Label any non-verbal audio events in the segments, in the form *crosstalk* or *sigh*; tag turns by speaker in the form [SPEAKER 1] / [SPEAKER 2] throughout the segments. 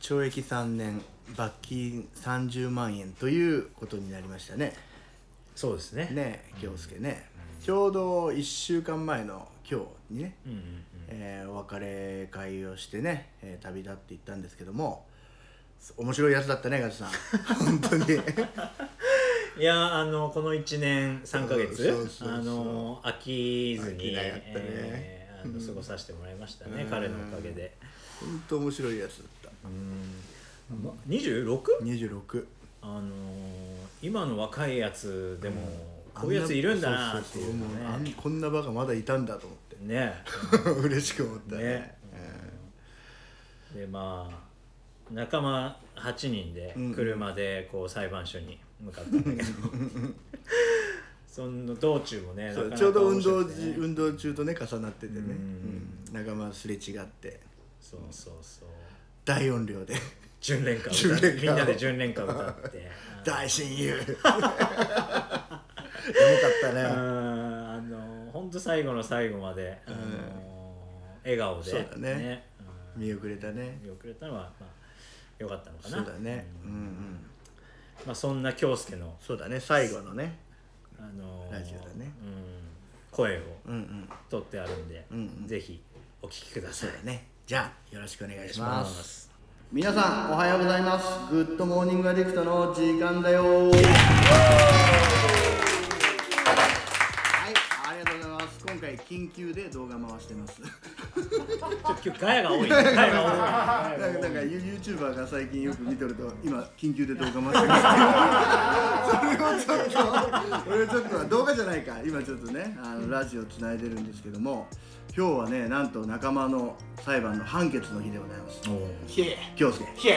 [SPEAKER 1] 懲役3年罰金30万円ということになりましたね
[SPEAKER 2] そうですね
[SPEAKER 1] ね京介ね、ちょうど1週間前の今日にね、
[SPEAKER 2] うんうん
[SPEAKER 1] えーお別れ会をしてね、えー旅立って行ったんですけども面白いやつだったねガ
[SPEAKER 2] *laughs*
[SPEAKER 1] チさん本当に
[SPEAKER 2] うんいやあのこの1年3か月
[SPEAKER 1] そうそうそうそう
[SPEAKER 2] あの飽きずに
[SPEAKER 1] 飽きなかったね
[SPEAKER 2] えーあの過ごさせてもらいましたね、彼のおかげで
[SPEAKER 1] 本当面白いやつだった
[SPEAKER 2] うん、ま、26?
[SPEAKER 1] 26
[SPEAKER 2] あのー今の若いやつでも、こういうやついるんだなっていうの
[SPEAKER 1] そうそうそうもうあん
[SPEAKER 2] ね
[SPEAKER 1] こんなバカまだいたんだと思って
[SPEAKER 2] ね
[SPEAKER 1] *laughs* 嬉しく思ったね
[SPEAKER 2] ねでまあ仲間8人で
[SPEAKER 1] うん
[SPEAKER 2] 車でこう裁判所に向かったんだけどその道中もね
[SPEAKER 1] そ
[SPEAKER 2] な
[SPEAKER 1] う
[SPEAKER 2] かなか
[SPEAKER 1] ちょうど運
[SPEAKER 2] 面白
[SPEAKER 1] 動
[SPEAKER 2] く
[SPEAKER 1] じ
[SPEAKER 2] てね
[SPEAKER 1] 運動中とね重なっててね、
[SPEAKER 2] う
[SPEAKER 1] う
[SPEAKER 2] ん
[SPEAKER 1] ん仲間すれ違って
[SPEAKER 2] そうそうそう
[SPEAKER 1] 大音量で
[SPEAKER 2] 純恋歌歌っ
[SPEAKER 1] 純
[SPEAKER 2] て
[SPEAKER 1] 恋歌を
[SPEAKER 2] みんなで純恋歌歌って
[SPEAKER 1] *laughs* 「大親
[SPEAKER 2] *laughs*
[SPEAKER 1] 友! 」エモかった
[SPEAKER 2] あ
[SPEAKER 1] ね
[SPEAKER 2] ーあの本当最後の最後まで、あの笑顔で
[SPEAKER 1] そうだね
[SPEAKER 2] うん
[SPEAKER 1] 見送れたね
[SPEAKER 2] 見送れたのは、まあ、よかったのかな
[SPEAKER 1] そうだねうんうん
[SPEAKER 2] まあ、そんな京介の、
[SPEAKER 1] そうだね最後のね
[SPEAKER 2] あのー
[SPEAKER 1] ラジオだね
[SPEAKER 2] うん、声を
[SPEAKER 1] うんうん
[SPEAKER 2] 取ってあるんで、
[SPEAKER 1] うんうん
[SPEAKER 2] ぜひお聞きくだ
[SPEAKER 1] そ
[SPEAKER 2] さいう
[SPEAKER 1] だねじゃあよろしくお願いし
[SPEAKER 2] ま
[SPEAKER 1] ますす皆さんおはようございますグッドモーニングアディクトの時間だよはいありがとうございます今回緊急で動画回してます
[SPEAKER 2] 今日ガヤが
[SPEAKER 1] *laughs*
[SPEAKER 2] 多いねガヤが多
[SPEAKER 1] ないんか
[SPEAKER 2] ねガヤが多
[SPEAKER 1] ないんかユ YouTuber が最近よく見とると今緊急で動画回してますそれをちょっと俺ちょっとは動画じゃないか今ちょっとねあのラジオつないでるんですけども今日はねなんと仲間の裁判の判決の日でございます京介
[SPEAKER 3] いや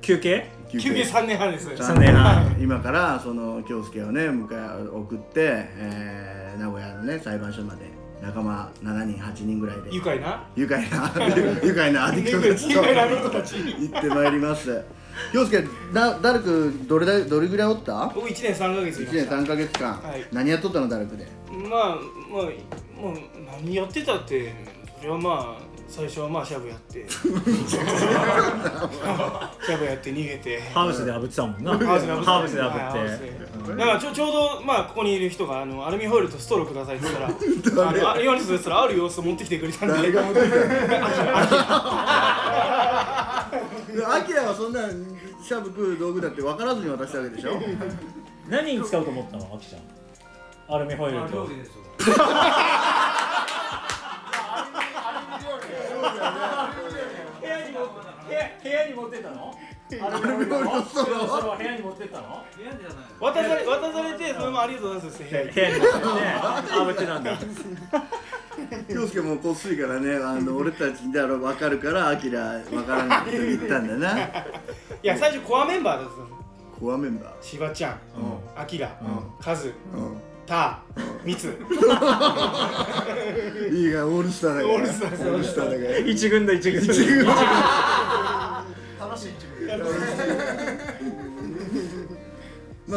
[SPEAKER 2] 休憩
[SPEAKER 1] 休
[SPEAKER 3] 休憩三年半です。
[SPEAKER 1] 3年半今からその京介をね迎え送って、えー名古屋のね裁判所まで仲間7人8人ぐらいで
[SPEAKER 3] 愉快な。
[SPEAKER 1] 愉快な *laughs* 愉快なアディクトたちと
[SPEAKER 3] *laughs* 愉快なアディクトたち
[SPEAKER 1] 行ってまいります京介だダルクどれだどれぐらいおった
[SPEAKER 3] 僕一年三ヶ月い
[SPEAKER 1] ?1
[SPEAKER 3] まし
[SPEAKER 1] 年
[SPEAKER 3] た。
[SPEAKER 1] 3ヶ月間、
[SPEAKER 3] はい
[SPEAKER 1] 何やっとったのダル
[SPEAKER 3] *laughs*
[SPEAKER 1] クで
[SPEAKER 3] まあまあもう何やってたってそれはまあ最初はまあシャブやって、シャブやって逃げて。
[SPEAKER 2] ハウスで炙ってたもんな
[SPEAKER 3] ハウスで炙って
[SPEAKER 2] ハウスで炙
[SPEAKER 3] はいハウ
[SPEAKER 2] っ
[SPEAKER 3] ス
[SPEAKER 2] て
[SPEAKER 3] でだからちょちょうどまあここにいる人があのアルミホイルとストローくださいって言ったら、あのあ今の人だったらある様子を持ってきてくれたんで。
[SPEAKER 1] 誰が持ってきたのアキラはそんなシャブ食う道具だって分からずに渡したわけでしょ
[SPEAKER 2] 何に使うと思ったのあきちゃんアルミホイルと
[SPEAKER 3] 料理ですよ
[SPEAKER 2] 部屋に持って部屋部屋に持ってったのア
[SPEAKER 1] ルミホイルとストロー
[SPEAKER 2] ー部屋に持ってったの
[SPEAKER 3] 渡され渡されてそれもありがとうございますって
[SPEAKER 2] 部
[SPEAKER 3] 部
[SPEAKER 2] 屋
[SPEAKER 3] 屋
[SPEAKER 2] に
[SPEAKER 3] に
[SPEAKER 2] 持 *laughs* ってって炙ってたんだ
[SPEAKER 1] 京介もこっそりからねあの俺たちだろ分かるからアキラ分からないって言ったんだない
[SPEAKER 3] *laughs* や最初コアメンバーだったの。
[SPEAKER 1] コアメンバ
[SPEAKER 3] しばちゃん、あきら
[SPEAKER 1] う、
[SPEAKER 3] かず、
[SPEAKER 1] ー、うん
[SPEAKER 3] た、
[SPEAKER 1] *laughs*
[SPEAKER 3] みつ。
[SPEAKER 1] いいがオールスターだからオールスターだから
[SPEAKER 2] 一軍だ一軍だ一軍
[SPEAKER 1] ま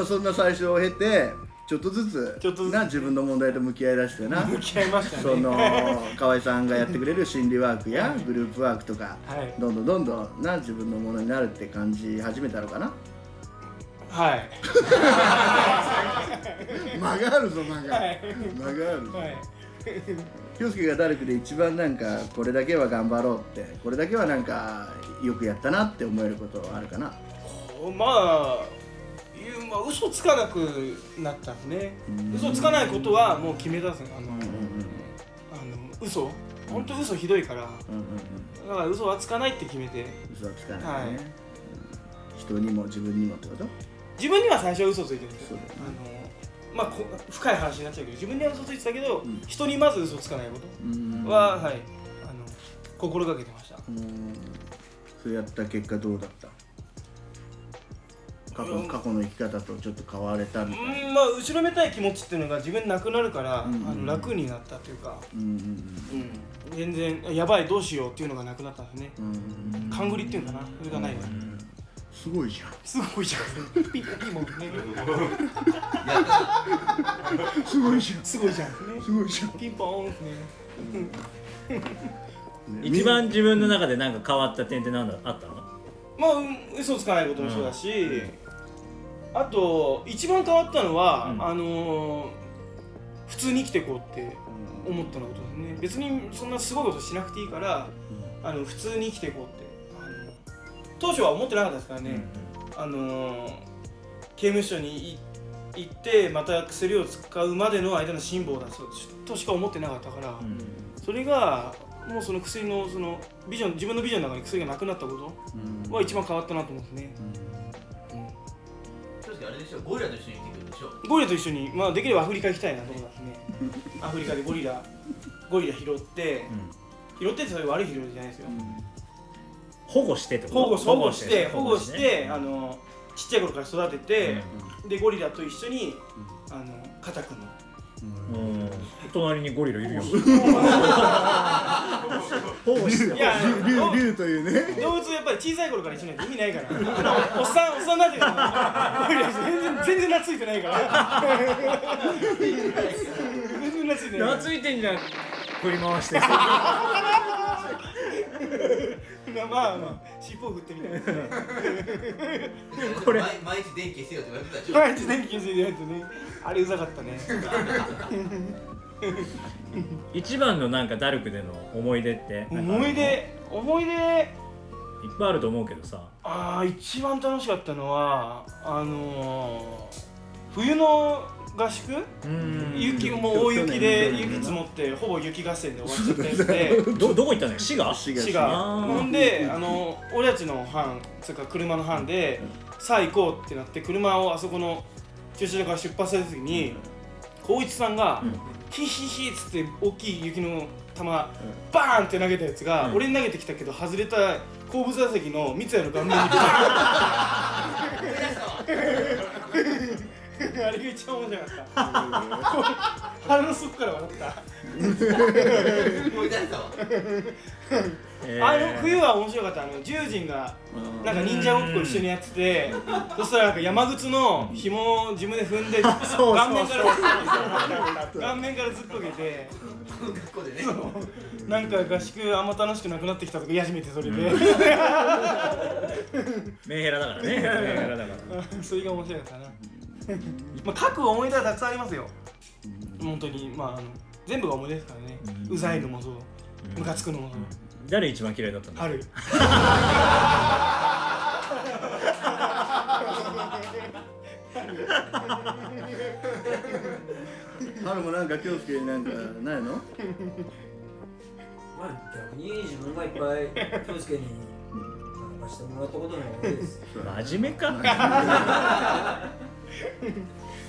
[SPEAKER 1] あそんな最初を経てちょっとずつ
[SPEAKER 3] ちょっとずつ
[SPEAKER 1] な自分の問題と向き合いだしてな
[SPEAKER 3] 向き合いました
[SPEAKER 1] そ
[SPEAKER 3] ね。
[SPEAKER 1] の河合さんがやってくれる心理ワークやグループワークとか、
[SPEAKER 3] はい
[SPEAKER 1] どんどんどんどんな自分のものになるって感じ始めたのかな
[SPEAKER 3] はい。
[SPEAKER 1] *laughs* 間があるぞ間が、
[SPEAKER 3] はい
[SPEAKER 1] 間があるぞ
[SPEAKER 3] はい。
[SPEAKER 1] 京介がダルクで一番なんかこれだけは頑張ろうってこれだけはなんかよくやったなって思えることはあるかな
[SPEAKER 3] こうまあ、いうまあ嘘つかなくなったんですね。嘘つかないことはもう決めたんですよ。あの、
[SPEAKER 1] うんうん
[SPEAKER 3] あの嘘、本当嘘ひどいから、
[SPEAKER 1] うんうんうん
[SPEAKER 3] だから嘘はつかないって決めて。
[SPEAKER 1] 嘘はつかないね、
[SPEAKER 3] はい
[SPEAKER 1] うん人にも自分にもってこと
[SPEAKER 3] 自分には最初は嘘ついてるんですよ
[SPEAKER 1] そうだね。
[SPEAKER 3] あの、まあこ深い話になっちゃうけど、自分には嘘ついてたけど
[SPEAKER 1] ん、
[SPEAKER 3] 人にまず嘘つかないこと。
[SPEAKER 1] うん
[SPEAKER 3] は、はい、あの心がけてました。
[SPEAKER 1] うんそうやった結果どうだった過去過去の生き方とちょっと変われた
[SPEAKER 3] う
[SPEAKER 1] みたいな
[SPEAKER 3] ーんまあ後ろめたい気持ちっていうのが自分になくなるから、
[SPEAKER 1] うんうん
[SPEAKER 3] あの楽になったというか、
[SPEAKER 1] うんうん
[SPEAKER 3] 全然やばいどうしようっていうのがなくなったんですね。
[SPEAKER 1] うんうん
[SPEAKER 3] 勘繰りっていうのかなそれがないです。
[SPEAKER 1] すごいじゃん
[SPEAKER 3] すごいじゃん。
[SPEAKER 1] *laughs*
[SPEAKER 3] ピッピもね。
[SPEAKER 1] すごいじゃん
[SPEAKER 3] すごいじゃん。ね
[SPEAKER 1] すごいじゃん
[SPEAKER 3] ピンポーンですね。
[SPEAKER 1] ね
[SPEAKER 2] 一番自分の中でなんか変わった点って何だあったの
[SPEAKER 3] まあうん嘘つかないこともそうだし、あと一番変わったのは、
[SPEAKER 2] うん
[SPEAKER 3] あのー普通に生きていこうって
[SPEAKER 1] うん
[SPEAKER 3] 思ったのことですね別にそんなすごいことしなくていいからあの普通に生きていこうってあの当初は思ってなかったですからね、あのー刑務所にい行ってまた薬を使うまでの間の辛抱だそうとしか思ってなかったから、
[SPEAKER 2] うんうん
[SPEAKER 3] それがもうその薬のそのビジョン自分のビジョンの中に薬がなくなったこ
[SPEAKER 1] うん
[SPEAKER 3] とは一番変わったなと思ってね、
[SPEAKER 4] 確かにあれでしょゴリラと一緒に生きてくるでしょ
[SPEAKER 3] ゴリラと一緒に、まあ、できればアフリカ行きたいなと思ってねアフリカでゴリラゴリラ拾って
[SPEAKER 2] うん
[SPEAKER 3] 拾ってってそれ悪い拾いじゃないですよ
[SPEAKER 2] 保護してってこ
[SPEAKER 3] 保
[SPEAKER 2] と
[SPEAKER 3] 護保護して保護して
[SPEAKER 2] ね
[SPEAKER 3] あのちっちゃい頃から育てて、でゴリラと一緒にあの *laughs* 肩組む
[SPEAKER 2] うんうん隣にゴリラいるよ保護して
[SPEAKER 3] いや
[SPEAKER 1] 竜竜竜というね
[SPEAKER 3] 動物やっぱり小さい頃から一緒にやって意味ないからおっさんおっさんになってるから全然全然懐いてないから全然懐いてないから
[SPEAKER 2] 懐いてんじゃん振り回して
[SPEAKER 3] まあまあ、まあ、尻尾を振ってみたいな
[SPEAKER 2] これ
[SPEAKER 4] 毎毎日電気してよって言われてたでしょ
[SPEAKER 3] 毎日電気消してやるとねあれうざかったね
[SPEAKER 2] 一番のなんかダルクでの思い出ってなんかあるの
[SPEAKER 3] 思い出思い出
[SPEAKER 2] いっぱいあると思うけどさ
[SPEAKER 3] あー一番楽しかったのはあのー、冬の合宿
[SPEAKER 2] うん
[SPEAKER 3] 雪もう大雪で
[SPEAKER 1] 去年
[SPEAKER 3] 雪積もってほぼ雪合戦で終わっ
[SPEAKER 2] *laughs*
[SPEAKER 3] ちゃったやつで
[SPEAKER 2] どどこ行ったのよ滋賀
[SPEAKER 1] 滋賀
[SPEAKER 3] 違う
[SPEAKER 2] あー
[SPEAKER 3] ほんであの俺たちの班それから車の班でさあ行こうってなって車をあそこの駐車場から出発した時に光一さんが
[SPEAKER 2] うん
[SPEAKER 3] 「ヒヒヒ」っつって大きい雪の玉バーンって投げたやつが
[SPEAKER 2] うん
[SPEAKER 3] 俺に投げてきたけど外れた後部座席の三谷の顔面にバーンあれが一番面白かった腹の底から笑った
[SPEAKER 4] 思い出したわ
[SPEAKER 2] えー
[SPEAKER 3] あの冬は面白かったあの獣人がなんか忍者ごっこ一緒にやっててそしたらなんか山靴の紐を自分で踏んで
[SPEAKER 2] *laughs* うそう
[SPEAKER 3] 顔面から顔面からずっこけて
[SPEAKER 4] 学校でね
[SPEAKER 3] なんか合宿あんま楽しくなくなってきたとか言い始めてそれで、
[SPEAKER 2] メンヘラだからねメンヘラだから
[SPEAKER 3] それが面白かったなまあ書く思い出はたくさんありますよ本当にまああの全部が思い出ですからね
[SPEAKER 2] うん
[SPEAKER 3] うざいのもそうムカつくのもそう
[SPEAKER 2] 誰一番嫌いだったんだ
[SPEAKER 3] 春
[SPEAKER 1] 春もなんか京介なんかないの
[SPEAKER 5] まあ逆に自分がいっぱい京介になんかしてもらったことの方が多いです。
[SPEAKER 2] 真面目か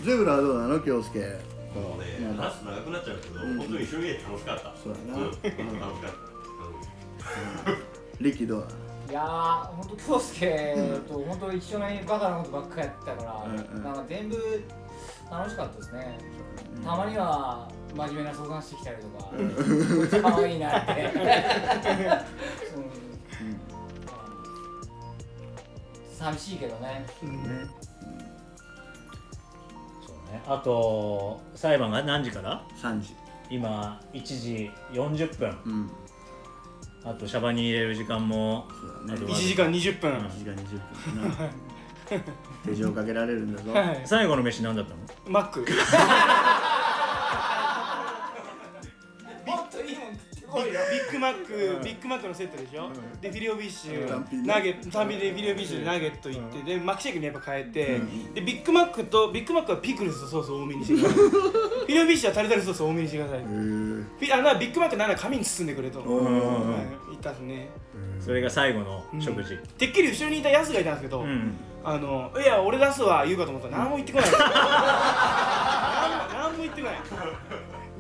[SPEAKER 1] ゼブラはどうなの京介こ
[SPEAKER 6] ね
[SPEAKER 1] うなんか
[SPEAKER 6] 話すと長くなっちゃうけど、
[SPEAKER 1] ん
[SPEAKER 6] 本当に一生懸命楽しかった。
[SPEAKER 1] そうだ
[SPEAKER 6] ん
[SPEAKER 1] な
[SPEAKER 6] 楽しかった。
[SPEAKER 1] 力道はい
[SPEAKER 7] やー、ほんと京介と本当一緒にバカなことばっかやってたから、
[SPEAKER 1] うんうん
[SPEAKER 7] なんか全部楽しかったですね。たまには真面目な相談してきたりとか、こいつ可愛い
[SPEAKER 1] *laughs*
[SPEAKER 7] なって。うん寂しいけどね。
[SPEAKER 2] そうねあと裁判が何時から
[SPEAKER 1] 3時
[SPEAKER 2] 今1時40分
[SPEAKER 1] うん
[SPEAKER 2] あとシャバに入れる時間も
[SPEAKER 1] そうだね
[SPEAKER 3] 1時間20分、
[SPEAKER 1] 1時間20分な手錠かけられるんだぞ
[SPEAKER 3] はい
[SPEAKER 2] 最後の飯何だったの
[SPEAKER 3] マック
[SPEAKER 7] もっといいもん食ってこい
[SPEAKER 3] ビ
[SPEAKER 7] よ。
[SPEAKER 3] ッグマック、ビッグマックのセットでしょ、でフィレオフィッシュ、
[SPEAKER 1] 単品ね
[SPEAKER 3] ナゲット単品でフィレオフィッシュでナゲット行って、でマキシェイクにやっぱ変えて、でビッグマックとビッグマックはピクルスとソースを多めにしてくださいフィレオフィッシュはタルタルソースを多めにしてください、
[SPEAKER 1] へ
[SPEAKER 3] フ
[SPEAKER 1] ー
[SPEAKER 3] ィあなビッグマックなら紙に包んでくれと、
[SPEAKER 1] おー
[SPEAKER 3] はい言ったんですね
[SPEAKER 2] それが最後の食事
[SPEAKER 3] てっきり後ろにいたヤスがいたんですけど、
[SPEAKER 2] うん
[SPEAKER 3] あのいや俺出すわ言うかと思ったら何も言ってこない何も何も言ってこない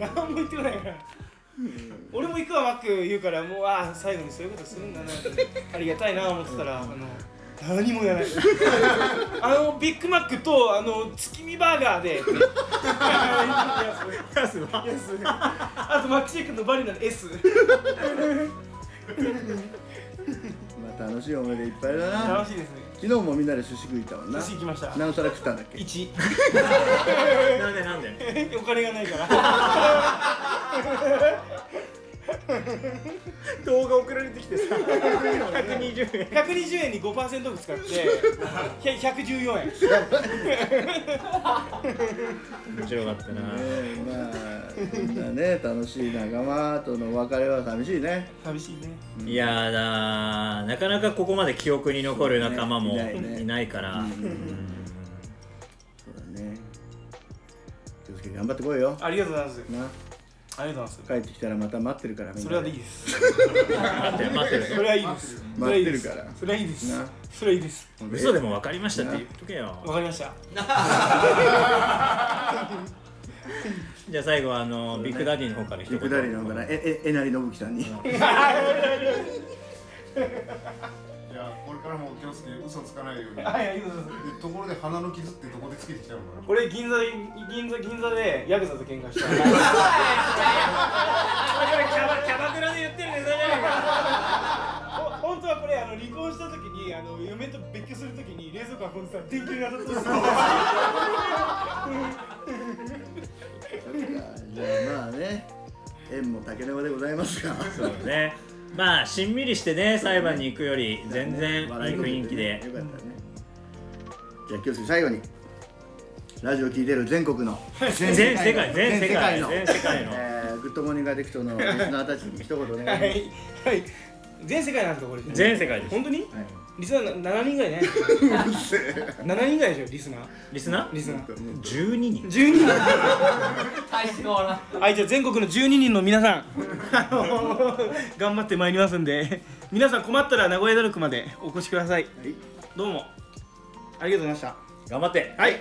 [SPEAKER 3] 何も言ってこないから俺も行くわマック言うからもうああ最後にそういうことするんだなってありがたいな思ってたらあの何もやらないあのビッグマックとあの月見バーガーであとマックシェイクのバニラの S
[SPEAKER 1] まあ楽しい思い出いっぱいだな
[SPEAKER 3] 楽しいですね
[SPEAKER 1] 昨日もみんなで寿司食いたもんな
[SPEAKER 3] 寿司行きました
[SPEAKER 1] 何皿食ったんだっけ
[SPEAKER 3] 1
[SPEAKER 2] なんでなんで
[SPEAKER 3] お金がないから
[SPEAKER 2] 動画送られてきてさ120円
[SPEAKER 3] 120円に5%オフ使って114円
[SPEAKER 2] 面白かったな
[SPEAKER 1] えまあそんなね楽しい仲間との別れは寂しいね
[SPEAKER 3] 寂しいね
[SPEAKER 2] いやーだーなかなかここまで記憶に残る仲間も
[SPEAKER 1] そうねいないね
[SPEAKER 2] いないから
[SPEAKER 1] うんそうだね気をつけて頑張ってこいよ
[SPEAKER 3] ありがとうございます
[SPEAKER 1] な
[SPEAKER 3] ありがとうござい
[SPEAKER 1] 帰ってきたらまた待ってるからみんな
[SPEAKER 3] ますそれはいい
[SPEAKER 1] い
[SPEAKER 3] です
[SPEAKER 2] 待ってる待ってる
[SPEAKER 3] それはいいです
[SPEAKER 1] 待ってるから
[SPEAKER 3] それはいいです
[SPEAKER 1] な
[SPEAKER 3] それはいいです
[SPEAKER 2] 嘘でも分かりましたって言っとけ
[SPEAKER 3] わ
[SPEAKER 2] よ
[SPEAKER 3] かりました
[SPEAKER 2] じゃあ最後あのビッグダディの方から一
[SPEAKER 1] ビ
[SPEAKER 2] 言
[SPEAKER 1] ッグダディの方からえええなりのぶきさんに
[SPEAKER 8] いやこれからも気をつけ嘘つかないように
[SPEAKER 3] はいありがとうございます
[SPEAKER 8] でところで鼻の傷ってどこでつけてきたのかな
[SPEAKER 3] 俺銀座で銀座銀座でヤクザと喧嘩したキャバキャバクラで言ってるネタじゃないかほ本当はこれあの離婚した時にあの嫁と別居する時に冷蔵庫運んでたら電球が当たってた
[SPEAKER 1] そっかじゃあまあね縁も竹縄でございますが
[SPEAKER 2] そうねまあしんみりしてね裁判に行くより全然いい雰囲気で
[SPEAKER 1] よかったねじゃあ今日最後にラジオ聞いてる全国の
[SPEAKER 2] 全世界全世界
[SPEAKER 1] の
[SPEAKER 2] 全世界の
[SPEAKER 1] えーグッドモーニングアディクトのリスナーたちに一言お願いしま
[SPEAKER 2] *laughs*
[SPEAKER 1] す、
[SPEAKER 3] はいはい全世界なんですかこれ
[SPEAKER 2] 全世界です
[SPEAKER 3] 本当に
[SPEAKER 1] はい
[SPEAKER 3] リスナーな7人ぐらいね7人ぐらいでしょリスナー
[SPEAKER 2] リスナー
[SPEAKER 3] リスナー
[SPEAKER 2] 12人
[SPEAKER 3] 12人
[SPEAKER 7] 大して変わらん
[SPEAKER 3] はい、じゃあ全国の12人の皆さん、 *laughs* あの頑張ってまいりますんで、皆さん困ったら名古屋ドルクまでお越しください。どうもありがとうございました。
[SPEAKER 2] 頑張って
[SPEAKER 3] はい。